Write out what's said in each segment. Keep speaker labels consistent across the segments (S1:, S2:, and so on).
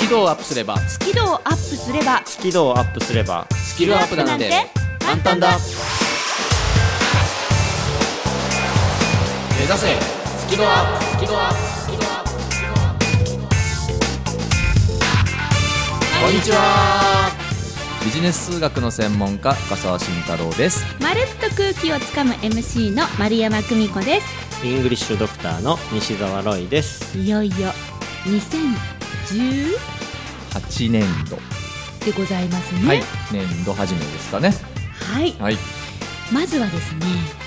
S1: キ度をアップすれば
S2: スキルをアップすれば
S3: スキルをアップすれば
S1: スキルアップなんて簡単だ目指せスキルアップスキルアップスキルアップこんにちはビジネス数学の専門家深澤慎太郎です
S2: まるっと空気をつかむ MC の丸山久美子です
S3: イングリッシュドクターの西澤ロイです
S2: いよいよ2010
S1: 8年度
S2: でございますね
S1: はい年度始めですかね
S2: はい、
S1: はい
S2: まずはですね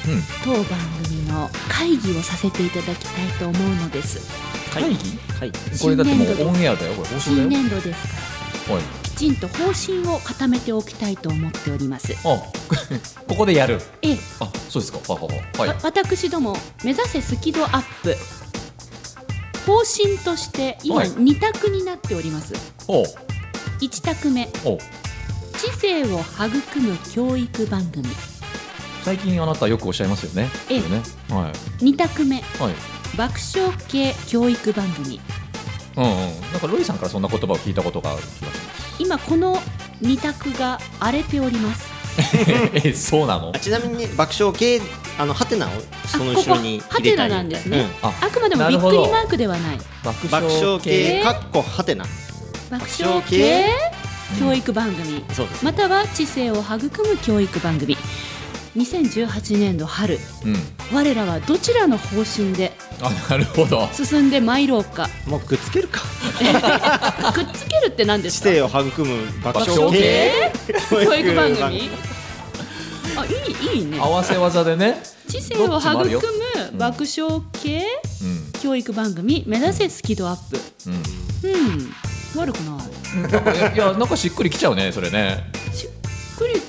S1: うん
S2: 当番組の会議をさせていただきたいと思うのです
S3: 会
S1: 議
S3: はい
S1: これだっても
S2: 新年
S1: う
S2: 度
S1: オ
S2: で
S1: ンエアだよこれ放送だ
S2: 新
S1: よ
S2: 年度ですから
S1: はい
S2: きちんと方針を固めておきたいと思っております
S1: あ ここでやる
S2: ええ、
S1: あそうですかはいはいはい
S2: わ私ども目指せスキドアップ方針として今
S1: はい
S2: 2択になっております、
S1: おう
S2: 1択目
S1: おう
S2: 知性を育む教育番組
S1: 最近あなたよくおっしゃいますよね
S2: ええ
S1: これねは
S2: 2択目
S1: いはい
S2: 爆笑系教育番組
S1: うんうんなんかロイさんからそんな言葉を聞いたことがある気がしま
S2: 今この2択が荒れております
S1: すえそうなの
S3: あちなみに爆笑系あのハテナをその後ろに
S2: あここ
S3: 入れた
S2: ハテナ
S3: り
S2: なんですね
S3: うん
S1: あ
S2: あくまでもびっくりマークではない
S1: 爆
S3: 爆笑系かっこハテナ
S2: 爆笑
S3: 笑
S2: 系
S3: 系
S2: 教育番組
S3: そうです
S2: または知性を育む教育番組2018年度春
S1: うん
S2: 我らはどちらの方針で
S1: あなるほど
S2: 進んでまいろう か
S3: もうくっつけるか
S2: くっつけるって何で
S3: 知
S2: すか
S3: 性を育む爆
S1: 爆
S3: 笑
S1: 笑
S3: 系
S2: え ー教育番 組あいいいいね
S1: 合わせ技でね
S2: 知性を
S1: どっちもあるよ
S2: 育む爆笑系
S1: うん
S2: 教育番組目指せスキドアッ
S1: うん
S2: プうん悪くない
S1: いやいやなんかしっくりきちゃうねそれね
S2: しっくり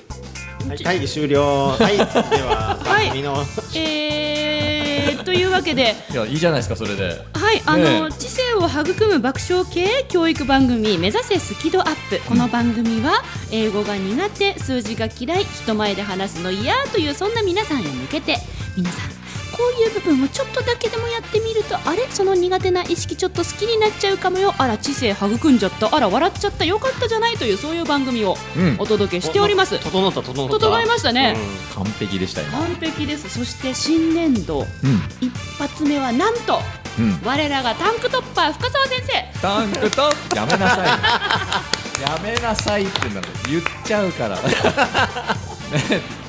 S3: はい会議終了はいでは
S2: はい
S3: 番組の
S2: えー、というわけで
S1: いやいいじゃないですかそれで
S2: はい、あの、
S1: ねえ
S2: 知性を育む爆笑系教育番組目指せスキドアップ。この番組は英語が苦手、数字が嫌い、人前で話すの嫌というそんな皆さんへ向けて、皆さん。こういう部分をちょっとだけでもやってみるとあれその苦手な意識ちょっと好きになっちゃうかもよあら知性育んじゃったあら笑っちゃったよかったじゃないというそういう番組を
S1: うん
S2: お届けしております、
S3: 整った整った
S2: 整いましたね
S1: 完璧でした今
S2: 完璧ですそして新年度
S1: う
S2: 一発目はなんと
S1: んうん
S2: 我らがタンクトッパー深澤先生
S1: タンクトップやめなさいやめなさい ってなんか言っちゃうから ね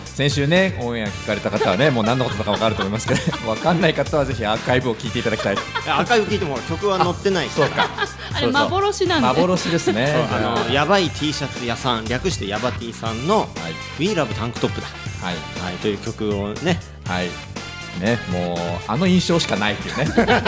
S1: 先週ねオンエア聞かれた方はねもう何のことだか分かると思いますけど分かんない方はぜひアーカイブを聞いていただきたい
S3: うんいや赤い聞いても曲は載ってない
S1: そうか
S2: あ
S1: そ
S2: れ
S1: うそう
S2: 幻なんで
S1: 幻です ね
S3: そうあのやばい T シャツ屋さん略してヤバ T さんの
S1: はい
S3: We Love タンクトップだ
S1: はい
S3: はいという曲をね
S1: はいねもうあの印象しかないっていう ね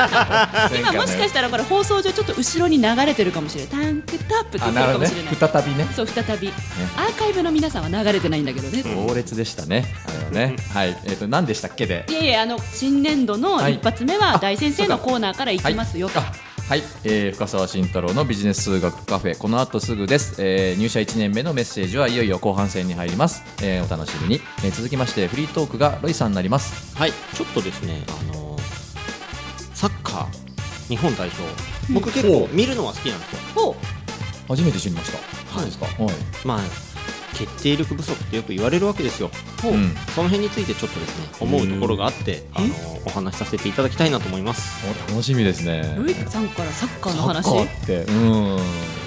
S2: 今もしかしたらこれ放送上ちょっと後ろに流れてるかもしれないタンクトップって言
S1: あ
S2: ってる
S1: なる
S2: か
S1: ほ
S2: も
S1: どね
S2: しれない
S1: 再びね
S2: そう再び、アーカイブの皆さんは流れてないんだけどね、
S1: 強烈でしたねあれはねはいえっと何でしたっけで
S2: いやいやあの新年度の一発目は
S1: はい
S2: 大先生
S1: あ
S2: の
S1: そうか
S2: コーナーからいきますよと、
S1: あはい、えー深澤慎太郎のビジネス数学カフェこの後すぐです、えー入社1年目のメッセージはいよいよ後半戦に入ります、えーお楽しみに、えー続きましてフリートークがロイさんになります
S3: はいちょっとですねあのサッカー日本代表僕結構見るのは好きなんですよ
S2: お
S1: 初めて知りました
S3: はい
S1: そうですかはい
S3: まあ決定力不足ってよく言われるわけですよ
S1: うん
S3: その辺についてちょっとですね思うところがあってあのお話しさせていただきたいなと思います
S1: お楽しみですね
S2: ルイさんからサッカーの話
S1: サッカーってうん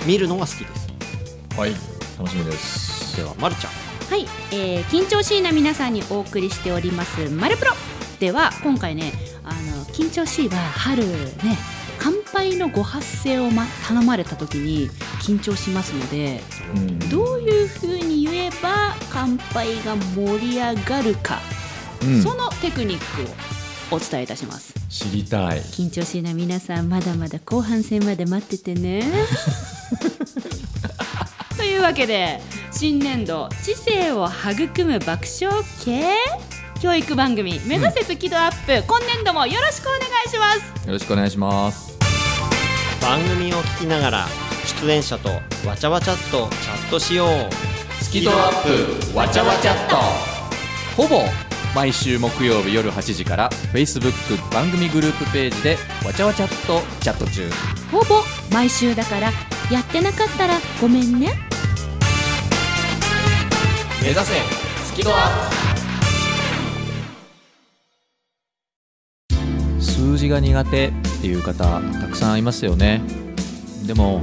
S3: 見るのが好きです
S1: はい楽しみです
S3: ではまるちゃん
S2: はい、えー緊張しいな皆さんにお送りしております「マルプロ」では今回ねあの緊張しいは春ね乾杯のご発声を、ま、頼まれた時に緊張しますので
S1: うん
S2: どういうふうに言えば乾杯が盛り上がるか、
S1: うん
S2: そのテクニックをお伝えいたします
S1: 知りたい
S2: 緊張しいな皆さんまだまだ後半戦まで待っててねというわけで新年度知性を育む爆笑系教育番組目指せスキドアップ、今年度もよろしくお願いします
S1: よろしくお願いします
S3: 番組を聞きながら出演者とわちゃわちゃっとチャットしよう
S1: スキドアップわちゃわちゃっとほぼ毎週木曜日夜8時から Facebook 番組グループページでわちゃわちゃっとチャット中
S2: ほぼ毎週だからやってなかったらごめんね
S4: 目指せスキドア
S1: 数字が苦手っていう方たくさんいますよねでも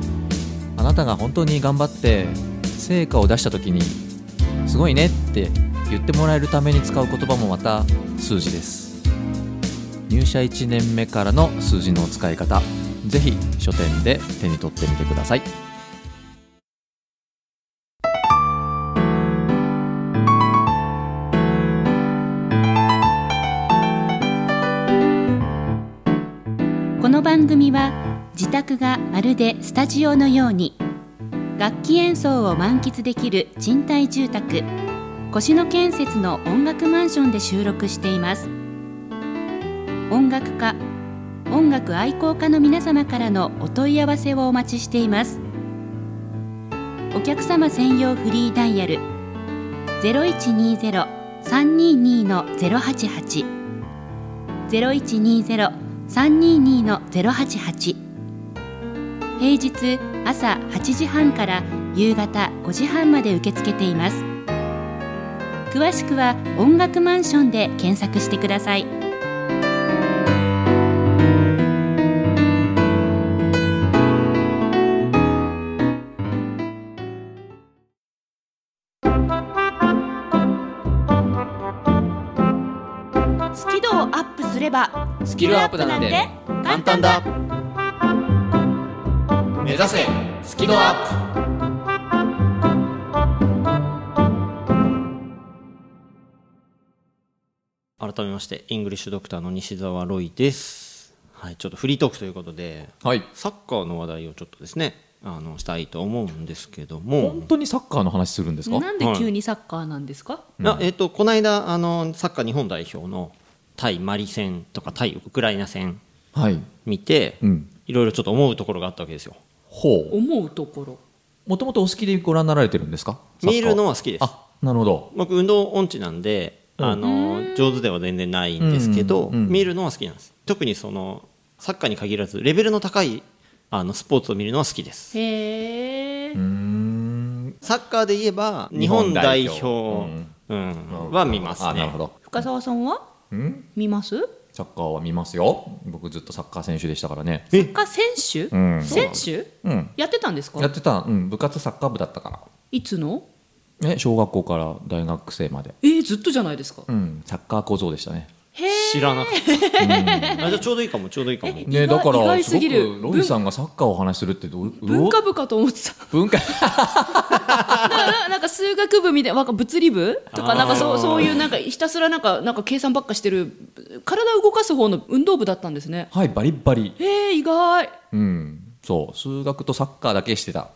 S1: あなたが本当に頑張って成果を出した時に「すごいね」って言ってもらえるために使う言葉もまた数字です入社1年目からの数字の使い方ぜひ書店で手に取ってみてください
S2: この番組は自宅がまるでスタジオのように楽器演奏を満喫できる賃貸住宅越野建設の音楽マンションで収録しています音楽家音楽愛好家の皆様からのお問い合わせをお待ちしていますお客様専用フリーダイヤル0120-322-088 0120-322-088平日朝8時半から夕方5時半まで受け付けています詳しくは「音楽マンション」で検索してくださいスキルをアップすれば
S4: ス
S2: スキルアップなんて簡単だ
S4: 目指せスキドアッ
S3: 改めましてイングリッシュドクターの西澤ロイです、はい、ちょっとフリートークということで
S1: はい
S3: サッカーの話題をちょっとですねあのしたいと思うんですけども
S1: 本当にサッカーの話するんですか
S2: なんで急にサッカーなんですか、
S3: あえっとこの間あのサッカー日本代表の対マリ戦とか対ウクライナ戦
S1: はい
S3: 見て、
S1: うん
S3: いろいろちょっと思うところがあったわけですよ
S1: ほう
S2: 思うところ
S1: もともとお好きでご覧になられてるんですかサッカー
S3: 見るのは好きです
S1: あなるほど
S3: 僕運動音痴なんで、あの上手では全然ないんですけ
S1: う
S3: ど、
S1: んうんうん
S3: 見るのは好きなんです特にそのサッカーに限らずレベルの高いあのスポーツを見るのは好きです
S2: へえ、
S1: うーん
S3: サッカーで言えば日
S1: 日
S3: 本
S1: 本
S3: 代
S1: 代
S3: 表
S1: 表
S3: うんは見ますね
S1: あなるほど
S2: 深澤さんは
S1: うん
S2: 見ます
S1: サッカーは見ますよ僕ずっとサッカー選手でしたからね
S3: え
S2: か選手、
S1: うん
S2: 選手
S1: うん
S2: やってたんです
S1: やっ
S2: か
S1: てた、うん、部活サッカー部だったか
S2: いつの
S1: らね小学校から大学生まで
S2: えー、ずっとじゃないですか、
S1: うんサッカー小僧でしたね
S2: へえ
S3: 知らなかったあじゃあちょうどいいかもちょうどいいかも
S2: え意
S1: ねだ
S2: 外
S1: から
S2: 意外
S1: す
S2: す
S1: ご
S2: ぎる
S1: くロイさんがサッカーをお話しするってどう
S2: 文化
S1: う
S2: 部かと 思ってた
S1: お文化
S2: なななんか数学部みたいなわか物理部と
S3: あ
S2: か
S3: ー
S2: なんかそうそういうなんかひたすらなんかなんか計算ばっかしてる体を動かす方の運動部だったんですね
S1: はいバリッバリ
S2: へえ意外
S1: うんそう数学とサッカーだけしてた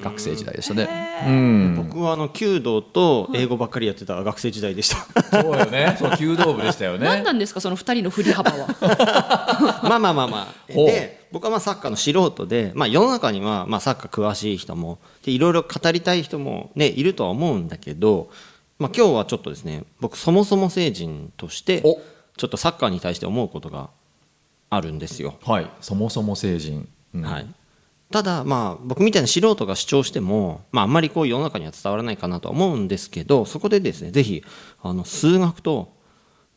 S1: 学生時代でしたねう
S3: うん
S1: ん
S3: 僕はあの弓道と英語ばっかりやってた学生時代でした
S1: そうよね そう弓道部でしたよ
S2: 何
S1: ね
S2: なんですかその二人の振り幅 は
S3: まあまあまあまあ
S1: ほう
S3: で僕はまあサッカーの素人で、まあ、世の中にはまあサッカー詳しい人もでいろいろ語りたい人も、ね、いるとは思うんだけど、まあ、今日はちょっとですね僕そもそも成人として
S1: お
S3: ちょっとサッカーに対して思うことがあるんですよ。
S1: はいそもそも成人うん
S3: はい、ただまあ僕みたいな素人が主張しても、まあ、あんまりこう世の中には伝わらないかなとは思うんですけどそこでですねぜひあの数学と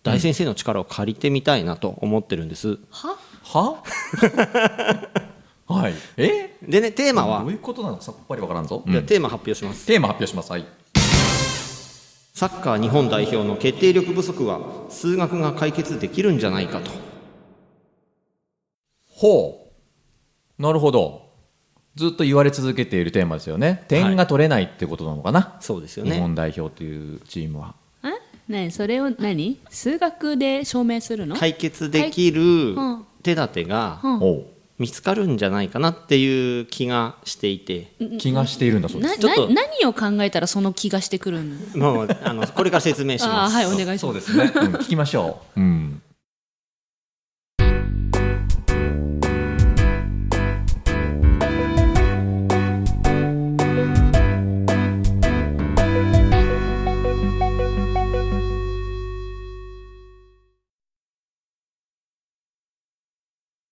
S3: 大先生の力を借りてみたいなと思ってるんです。
S2: は
S1: ははいえ
S3: でねテーマは
S1: どういうことなのさっぱりわからんぞ
S3: じゃあテーマ発表します。
S1: テーマ発表しますはい
S3: サッカー日本代表の決定力不足は数学が解決できるんじゃないかと
S1: ほうなるほどずっと言われ続けているテーマですよね点が取れないってことなのかな、
S3: そうですよ
S1: 日
S3: ね
S1: 本代表というチームは
S2: ねそれを何数学で証明するの
S3: 解決できる
S2: うん
S3: 手立てが
S2: うん
S1: お
S3: 見つかるんじゃないかなっていう気がしていて、
S1: う気がしているんだそうで
S2: な
S1: す
S3: ちょっと
S2: な何を考えたらその気がしてくるの
S3: もうあのこれから説明し
S2: あ
S3: ま
S2: あ
S3: す、
S2: はいお願いし
S1: そう
S2: ます
S1: ですね、うん聞きましょう、うん、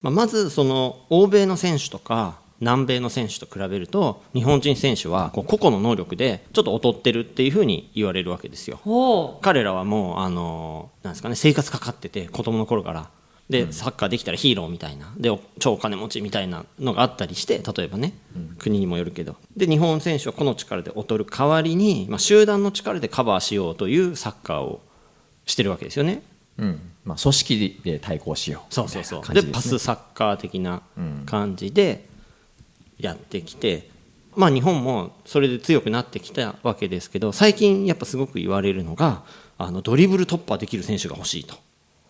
S3: まあ、まずその欧米の選手とか南米の選手と比べると日本人選手はこう個々の能力でちょっと劣ってるっていうふうに言われるわけですよ。
S2: ほ
S3: 彼らはもうあのなんですかね生活かかってて子供の頃からで、サッカーできたらヒーローみたいなでお超お金持ちみたいなのがあったりして例えばね、国にもよるけどで日本選手は個の力で劣る代わりに、まあ、集団の力でカバーしようというサッカーをしてるわけですよね。
S1: うんまあ、組織で対抗しよう
S3: そうそうそう
S1: みたいな感
S3: で
S1: じ
S3: パ
S1: です
S3: スサッカー的な感じでやってきて、まあ日本もそれで強くなってきたわけですけど最近やっぱすごく言われるのがあのドリブル突破できる選手が欲しいと、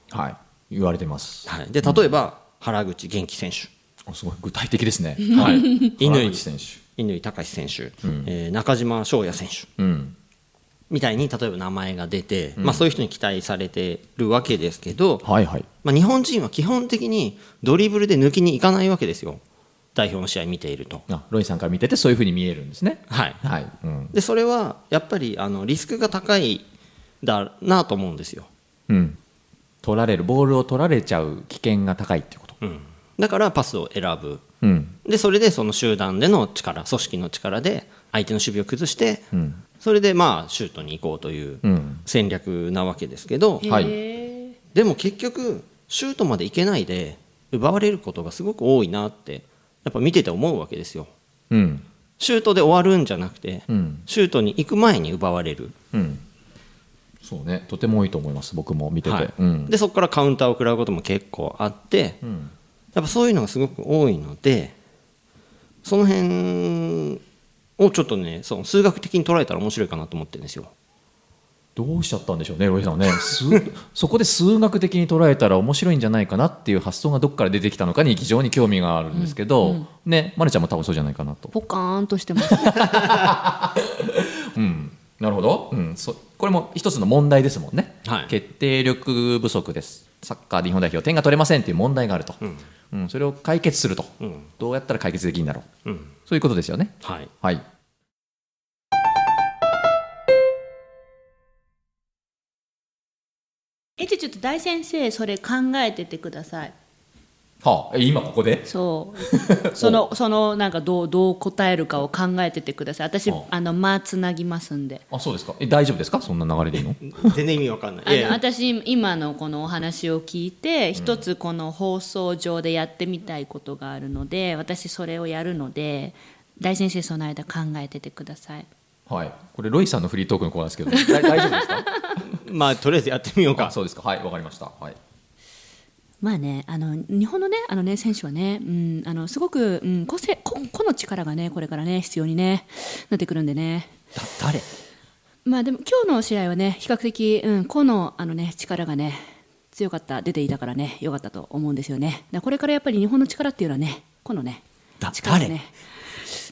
S1: はい言われてます
S3: はい、で例えば、原口元気選手
S1: おすごい具体的ですね
S3: はい乾
S1: 原口選手
S3: 乾貴史選手、えー中島翔也選手
S1: うん
S3: みたいに例えば名前が出て、まあ、そういう人に期待されてるわけですけど、
S1: はいはい
S3: まあ、日本人は基本的にドリブルで抜きにいかないわけですよ代表の試合見ていると。
S1: あロイさんから見ててそういうふうに見えるんですね
S3: はい、
S1: はい、うん
S3: でそれはやっぱりあのリスクが高いだなと思うんですよ、
S1: うん、取られるボールを取られちゃう危険が高いっていうこと
S3: うん、だからパスを選ぶ
S1: うん
S3: でそれでその集団での力組織の力で相手の守備を崩して、
S1: うん
S3: それでまあシュートに行こうという
S1: うん
S3: 戦略なわけですけど、
S2: う
S1: はい
S2: へ
S3: でも結局シュートまで行けないで奪われることがすごく多いなってやっぱ見てて思うわけですよ
S1: うん
S3: シュートで終わるんじゃなくて、
S1: うん
S3: シュートに行く前に奪われる
S1: うんそうねとてもいいと思います僕も見てて、
S3: はい
S1: うん
S3: でそこからカウンターを食らうことも結構あって、
S1: ん
S3: やっぱそういうのがすごく多いのでその辺をちょっとねその数学的に捉えたら面白いかなと思ってるんですよ。
S1: どうしちゃったんでしょうね、ロイさんはね、数 そこで数学的に捉えたら面白いんじゃないかなっていう発想がどこから出てきたのかに非常に興味があるんですけど、ね、まるちゃんも多分そうじゃないかなと
S2: ー。ポカーンとしてます
S1: うん、なるほど、うん、そこれも一つの問題ですもんね、
S3: はい
S1: 決定力不足です、サッカーで日本代表、点が取れませんっていう問題があると、うんそれを解決すると、
S3: うん
S1: どうやったら解決できるんだろう、
S3: うん
S1: そういうことですよね。
S3: はい、
S1: はい
S2: えじゃあちょっと大先生それ考えててください
S1: はあ、え今ここで
S2: そうそのそのなんかどうどう答えるかを考えててください私
S1: お
S2: あの間つなぎますんで
S1: あそうですかえ大丈夫ですかそんな流れでいいの
S3: 全然意味わかんない
S2: あの私今のこのお話を聞いて一つこの放送上でやってみたいことがあるので私それをやるので大先生その間考えててください
S1: はいこれロイさんのフリートークのコーナーですけど、 だ大丈夫ですか
S3: まあとりあえずやってみよう
S1: あ
S3: か
S1: そうですかはいわかりましたはい
S2: まあね、あの日本のね、あのね選手はね、うん、あのすごく、うん、個性、個個の力がね、これからね、必要にね、なってくるんでね。
S3: だ誰
S2: まあ、でも、今日の試合はね、比較的、うん、個の、あのね、力がね。強かった、出ていたからね、良かったと思うんですよね。だからこれからやっぱり日本の力っていうのはね、個のね、
S3: だ
S2: 力をね。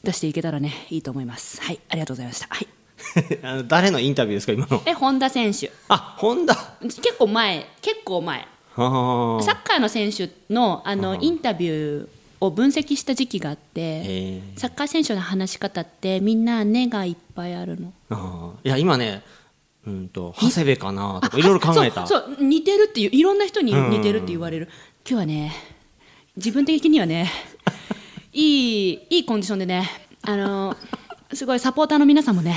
S2: 出していけたらね、いいと思います。はい、ありがとうございました。はい、
S3: あの誰のインタビューですか今の
S2: え、本田選手、
S3: あ本田あ
S2: 結構前、結構前。
S3: ー
S2: サッカーの選手のあのインタビューを分析した時期があっ
S3: へ
S2: て
S3: ー
S2: サッカー選手の話し方ってみんな根がいっぱいあるの
S3: あーいや今ねうんと長谷部かなとかいろいろ考えた
S2: あそうそう似てるっていういろんな人に似てるって言われる今日はね自分的には ねいいいいコンディションでねあのすごいサポーターの皆さんもね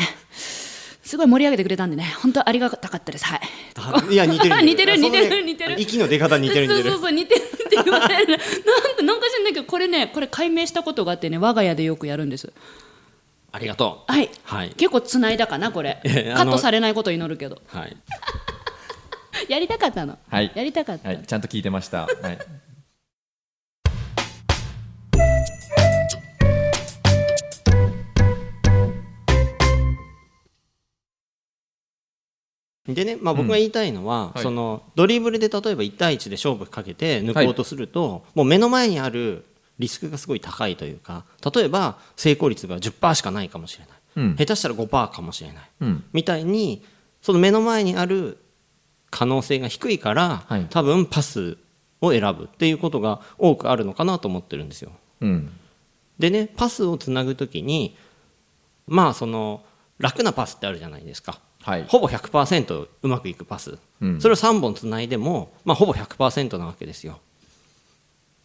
S2: すごい盛り上げてくれたんでね本当ありがたかったですはい
S3: あいや似て る
S2: 似てる
S3: いや
S2: 似て
S3: その
S2: る
S3: ね
S2: 似てる
S3: 息の出方似てる似て
S2: そうそうそ
S3: る
S2: う似てるって言われるなんかなんか知らないけどこれねこれ解明したことがあってね我が家でよくやるんです
S3: ありがとう
S2: はい、
S3: はい
S2: 結構つないだかなこれ
S3: え
S2: カ
S3: あ
S2: ッ
S3: の
S2: トされないことを祈るけど
S3: はい
S2: やりたかったの、
S1: はい
S2: やりたかった、
S1: はい、ちゃんと聞いてました。 はい。
S3: でね、まあ、僕が言いたいのは、
S1: はい
S3: そのドリブルで例えば1対1で勝負かけて抜こうとすると、もう目の前にあるリスクがすごい高いというか例えば成功率が10%しかないかもしれない、
S1: うん
S3: 下手したら5%かもしれない、
S1: うん。
S3: みたいにその目の前にある可能性が低いから、
S1: はい
S3: 多分パスを選ぶっていうことが多くあるのかなと思ってるんですよ。
S1: うん。
S3: でねパスをつなぐときにまあその楽なパスってあるじゃないですか。
S1: はい。
S3: ほぼ100%うまくいくパス、
S1: うん
S3: それを3本つないでも、まあ、ほぼ100%なわけですよ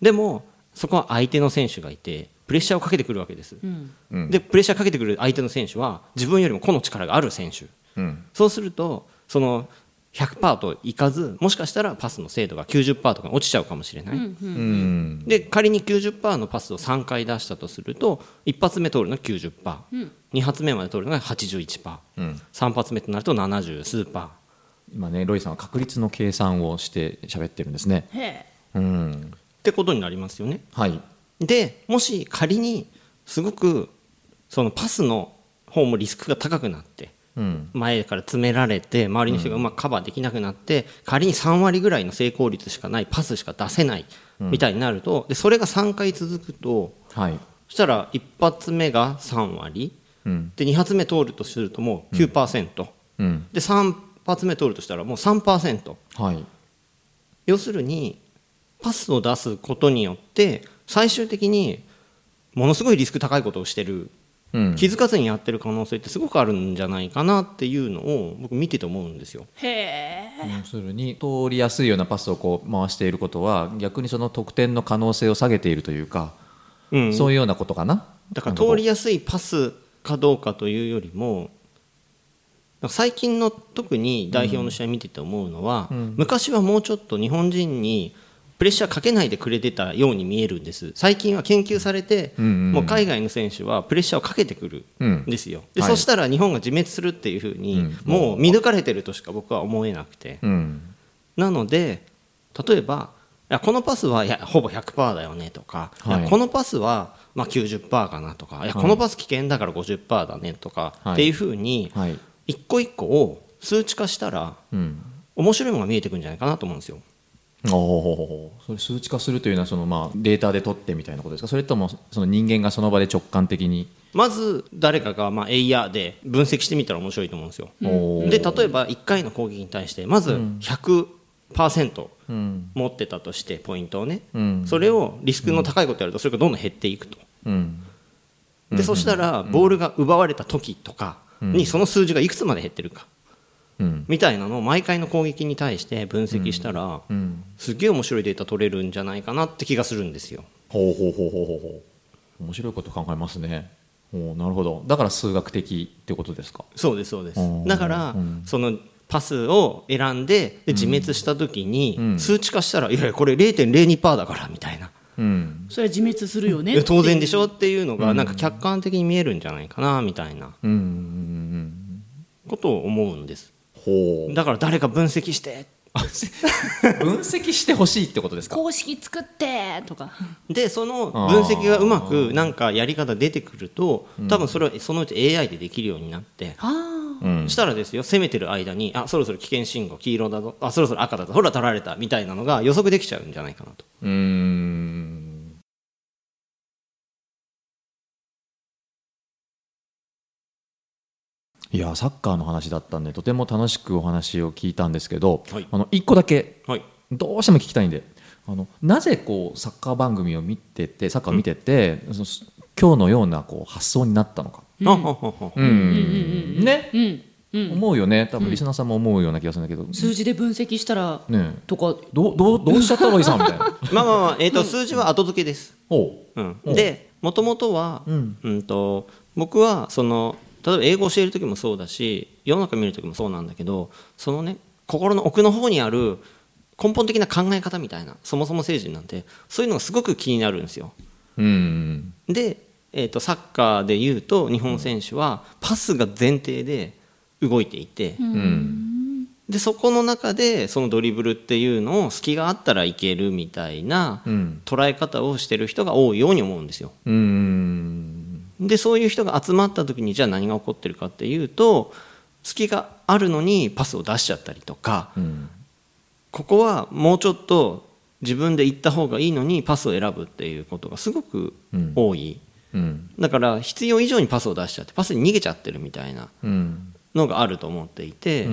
S3: でもそこは相手の選手がいてプレッシャーをかけてくるわけです、
S2: うん
S1: うん
S3: でプレッシャーかけてくる相手の選手は自分よりも個の力がある選手
S1: うん
S3: そうするとその100%といかずもしかしたらパスの精度が90%とかに落ちちゃうかもしれない、
S1: うん
S3: で仮に90%のパスを3回出したとすると1発目通るの90%、2発目まで通るのが81%、
S1: うん
S3: 3発目となると70数パー
S1: 今ねロイさんは確率の計算をして喋ってるんですね
S2: へえ
S1: うん
S3: ってことになりますよね
S1: はい
S3: でもし仮にすごくそのパスの方もリスクが高くなって
S1: うん
S3: 前から詰められて周りの人がうまくカバーできなくなって、仮に3割ぐらいの成功率しかないパスしか出せないみたいになると、でそれが3回続くと
S1: はい
S3: そしたら1発目が3割
S1: うん
S3: で2発目通るとするともう9%、
S1: うん
S3: で3発目通るとしたらもう3%
S1: はい
S3: 要するにパスを出すことによって最終的にものすごいリスク高いことをしてる
S1: うん
S3: 気づかずにやってる可能性ってすごくあるんじゃないかなっていうのを僕見てて思うんですよ。
S2: へえ
S1: 要するに通りやすいようなパスをこう回していることは逆にその得点の可能性を下げているというか、
S3: うん、
S1: そういうようなことかな
S3: だから通りやすいパスかどうかというよりもなんか最近の特に代表の試合見てて思うのは、昔はもうちょっと日本人にプレッシャーかけないでくれてたように見えるんです最近は研究されて、
S1: んうんうん
S3: もう海外の選手はプレッシャーをかけてくるんですよ、で
S1: はい
S3: そしたら日本が自滅するっていうふうに、
S1: うん
S3: もう見抜かれてるとしか僕は思えなくて、
S1: うん
S3: なので例えばいやこのパスはいやほぼ100%だよねとか、いや
S1: はい
S3: このパスは、まあ、90%かなとかいやこのパス危険だから50%だねとか、
S1: はい
S3: っていうふうに
S1: はい
S3: 一個一個を数値化したら
S1: うん
S3: 面白いものが見えてくるんじゃないかなと思うんですよ。
S1: おおそれ数値化するというのはそのまあデータで取ってみたいなことですかそれともその人間がその場で直感的に、
S3: まず誰かがまあエイヤーで分析してみたら面白いと思うんですよ。
S1: おー
S3: で例えば1回の攻撃に対してまず100%
S1: うん
S3: 持ってたとしてポイントをね、
S1: うん
S3: それをリスクの高いことやるとそれがどんどん減っていくと。
S1: うん
S3: でそしたらボールが奪われた時とかにその数字がいくつまで減ってるか
S1: うん
S3: みたいなのを毎回の攻撃に対して分析したら
S1: うん
S3: すげえ面白いデータ取れるんじゃないかなって気がするんですよ。
S1: ほうほうほうほうほうほう面白いこと考えますねおーなるほどだから数学的ってことですか
S3: そうですそうです
S1: うん
S3: だからそのパスを選んでで自滅した時
S1: う
S3: に
S1: ん
S3: 数値化したらいやいやこれ0.02%だからみたいな
S1: うん
S2: それは自滅するよ
S3: い
S2: ね
S3: や当然でしょっていうのがなんか客観的に見えるんじゃないかなみたいな
S1: うんうんうん
S3: ことを思うんです
S1: ほう
S3: だから誰か分析して
S1: 分析してほしいってことですか
S2: 公式作ってとか
S3: でその分析がうまくなんかやり方出てくると多分それはそのうち AI でできるようになって、
S2: あ
S1: うん
S3: したらですよ攻めてる間にあそろそろ危険信号黄色だぞあそろそろ赤だぞほら取られたみたいなのが予測できちゃうんじゃないかなと
S1: うーんいやサッカーの話だったんでとても楽しくお話を聞いたんですけど、
S3: はい
S1: あの1個だけ
S3: はい
S1: どうしても聞きたいんであのなぜこうサッカー番組を見ててサッカーを見てて、その今日のようなこう発想になったのか、
S3: あははは
S1: うん
S2: うん
S1: ね、
S2: あうんうん
S1: 思うよね多分リスナーさんも思うような気がするんだけど、
S2: 数字で分析したら
S1: ねえ
S2: とか
S1: どうどうどうしちゃったのいさんみたいな
S3: まあまあまあ、えー、と数字は後付けです、
S1: おう
S3: うん、
S1: うん
S3: でもともとは、
S1: うん
S3: うん、と僕はその例えば英語を教える時もそうだし世の中見る時もそうなんだけどそのね心の奥の方にある根本的な考え方みたいなそもそも政治なんてそういうのがすごく気になるんですよ。
S1: うん
S3: で、えー、とサッカーでいうと日本選手はパスが前提で動いていて、
S1: うん
S3: でそこの中でそのドリブルっていうのを隙があったらいけるみたいな
S1: うん
S3: 捉え方をしてる人が多いように思うんですよ。
S1: うん
S3: でそういう人が集まった時にじゃあ何が起こってるかっていうと隙があるのにパスを出しちゃったりとか
S1: うん
S3: ここはもうちょっと自分で行った方がいいのにパスを選ぶっていうことがすごく多い、
S1: うん
S3: だから必要以上にパスを出しちゃってパスに逃げちゃってるみたいな
S1: うん
S3: のがあると思っていて、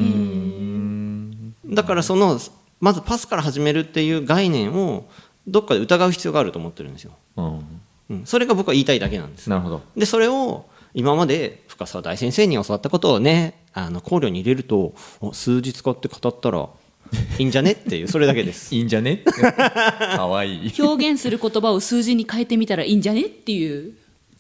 S3: だからそのまずパスから始めるっていう概念をどっかで疑う必要があると思ってるんですよ、
S1: うん
S3: うん、それが僕は言いたいだけなんです
S1: なるほど
S3: でそれを今まで深澤大先生に教わったことをねあの考慮に入れるとお数字使って語ったらいいんじゃね っていうそれだけです
S1: いいんじゃ ねかわいい
S2: 表現する言葉を数字に変えてみたらいいんじゃねっていう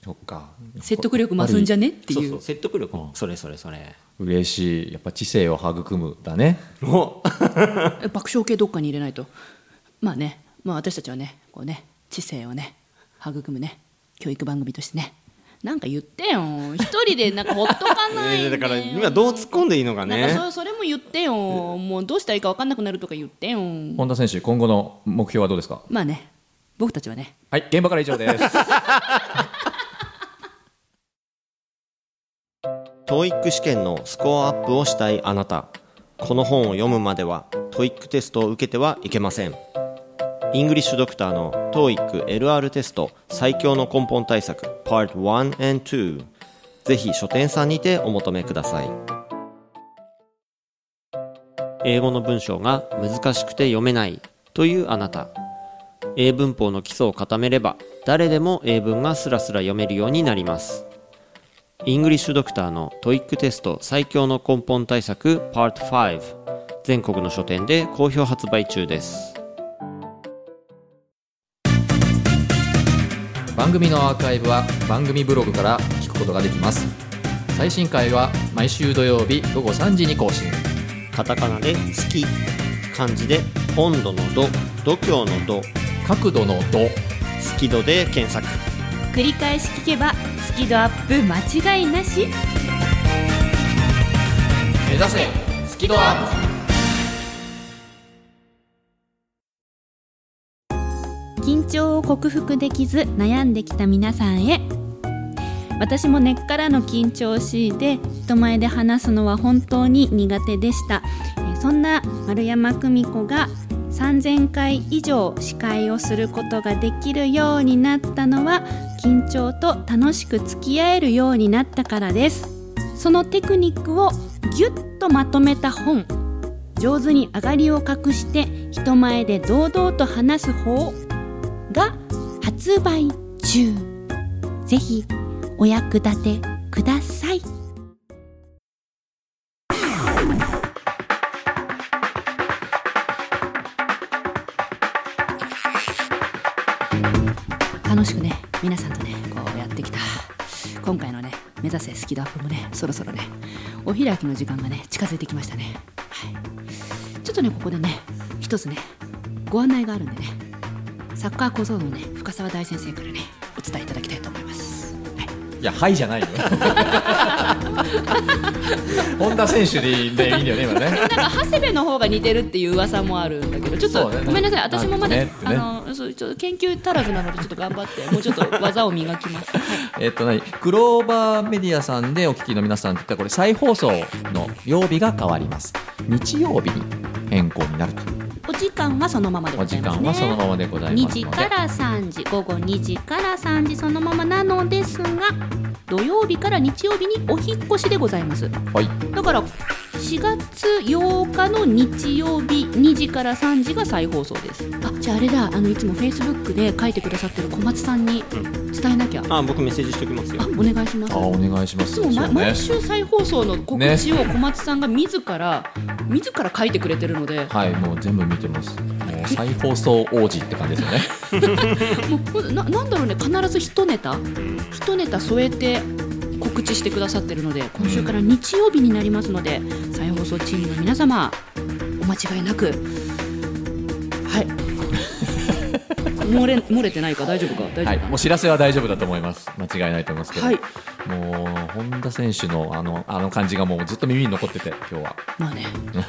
S1: そっか
S2: 説得力増すんじゃねって
S3: そう
S2: い
S3: そう
S2: う
S3: 説得力それそれそれ
S1: 嬉しいやっぱ知性を育むだね
S3: もう
S2: え爆笑系どっかに入れないとまあねまあ私たちはねこうね知性をね育むね教育番組としてねなんか言ってよ一人でなんかほっとかないん
S3: え
S2: よ
S3: ーだから今どう突っ込んでいいのか
S2: なん
S3: ね
S2: かそそれも言ってよもうどうしたらいいか分かんなくなるとか言ってよ
S1: 本田選手今後の目標はどうですか
S2: まあね僕たちはね
S1: はい現場から以上です
S3: TOEIC 試験のスコアアップをしたいあなたこの本を読むまでは TOEIC テストを受けてはいけませんイングリッシュドクターの TOEICLR テスト最強の根本対策 Part 1 and 2ぜひ書店さんにてお求めください英語の文章が難しくて読めないというあなた英文法の基礎を固めれば誰でも英文がスラスラ読めるようになりますイングリッシュドクターのトイックテスト最強の根本対策 Part5 全国の書店で好評発売中です
S1: 番組のアーカイブは番組ブログから聞くことができます最新回は毎週土曜日午後3時に更新
S3: カタカナで「好き」漢字で「温度の度」「度胸の度」
S1: 角度の度
S3: 「好き度」で検索
S2: 繰り返し聞けばスキドアップ間違いなし
S4: 目指せスキドアップ
S2: 緊張を克服できず悩んできた皆さんへ私も根っからの緊張を強いて人前で話すのは本当に苦手でしたえーそんな丸山久美子が3000回以上司会をすることができるようになったのは緊張と楽しく付き合えるようになったからですそのテクニックをぎゅっとまとめた本上手に上がりを隠して人前で堂々と話す方が発売中ぜひお役立てください楽しくね皆さんとねこうやってきた今回のね目指せスキドアップもねそろそろねお開きの時間がね近づいてきましたね、はい、ちょっとねここでね一つねご案内があるんでねサッカー小僧のね深澤大先生からねお伝えいただきたいと思います。はい、
S1: いやはいじゃない よ本田選手でいいでいいんだよね今ね
S2: なんか長谷部の方が似てるっていう噂もあるんだけど、ちょっと、
S1: そうね
S2: ごめんなさい、
S1: なんか
S2: 私もまだ、
S1: なんかね
S2: あのそうちょっと研究足らずなのでちょっと頑張ってもうちょっと技を磨きます。
S1: えっと何グローバーメディアさんでお聞きの皆さんって言ったらこれ再放送の曜日が変わります日曜日に変更になると
S2: お時間はそのままで
S1: お
S2: ござ
S1: 時
S2: いますね。
S1: 間はそのままでござい
S2: 2
S1: ます
S2: 時
S1: の
S2: か
S1: で
S2: ら3時午後2時から3時そのままなのですが土曜日から日曜日にお引っ越しでございます
S1: はい
S2: だから4月8日の日曜日2時から3時が再放送ですあじゃああれだあのいつもフェイスブックで書いてくださってる小松さんに伝えなきゃ、あ
S3: あ僕メッセージしておきますよ
S2: お願いします
S1: あお願いしま
S2: い
S1: す
S2: つもま、
S1: そうね
S2: 毎週再放送の告知を小松さんが自ら、自ら書いてくれてるので
S1: はいもう全部見てますもう再放送王子って感じですよ ね
S2: もうななんだろうね必ず一ネタ一ネタ添えて告知してくださってるので今週から日曜日になりますので再放送チームの皆様お間違いなくはい 漏れ漏れてないか大丈夫か大
S1: は
S2: 丈
S1: い
S2: 夫か
S1: もう知らせは大丈夫だと思います間違いないと思いますけど、
S2: はい
S1: もう本田選手のあのあの感じがもうずっと耳に残ってて今日は
S2: まあねこ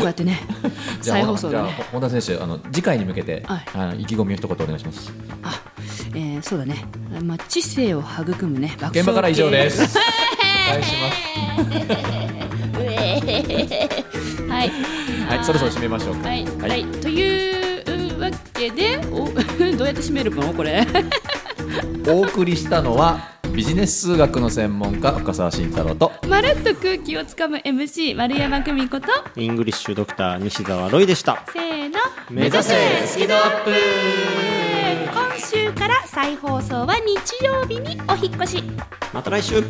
S2: うやってね
S1: じゃあ
S2: 再放送
S1: じ
S2: で
S1: ゃあ
S2: ね
S1: 本田選手あの次回に向けて、
S2: はい
S1: あの意気込みを一言お願いします
S2: あ、えー、そうだね、まあ、知性を育むね爆笑系
S1: 現場から以上 です。お願いします。
S2: はい
S1: はい、そろそろ締めましょうか。
S2: はい、はいというわけでお どうやって締めるのこれ
S1: お送りしたのはビジネス数学の専門家深澤慎太郎と。
S2: まるっと空気をつかむ MC 丸山久美子と
S3: イングリッシュドクター西澤ロイでした
S2: せーの
S3: 目指せ
S4: スキドアップ
S2: 今週から再放送は日曜日にお引っ越し
S3: また来週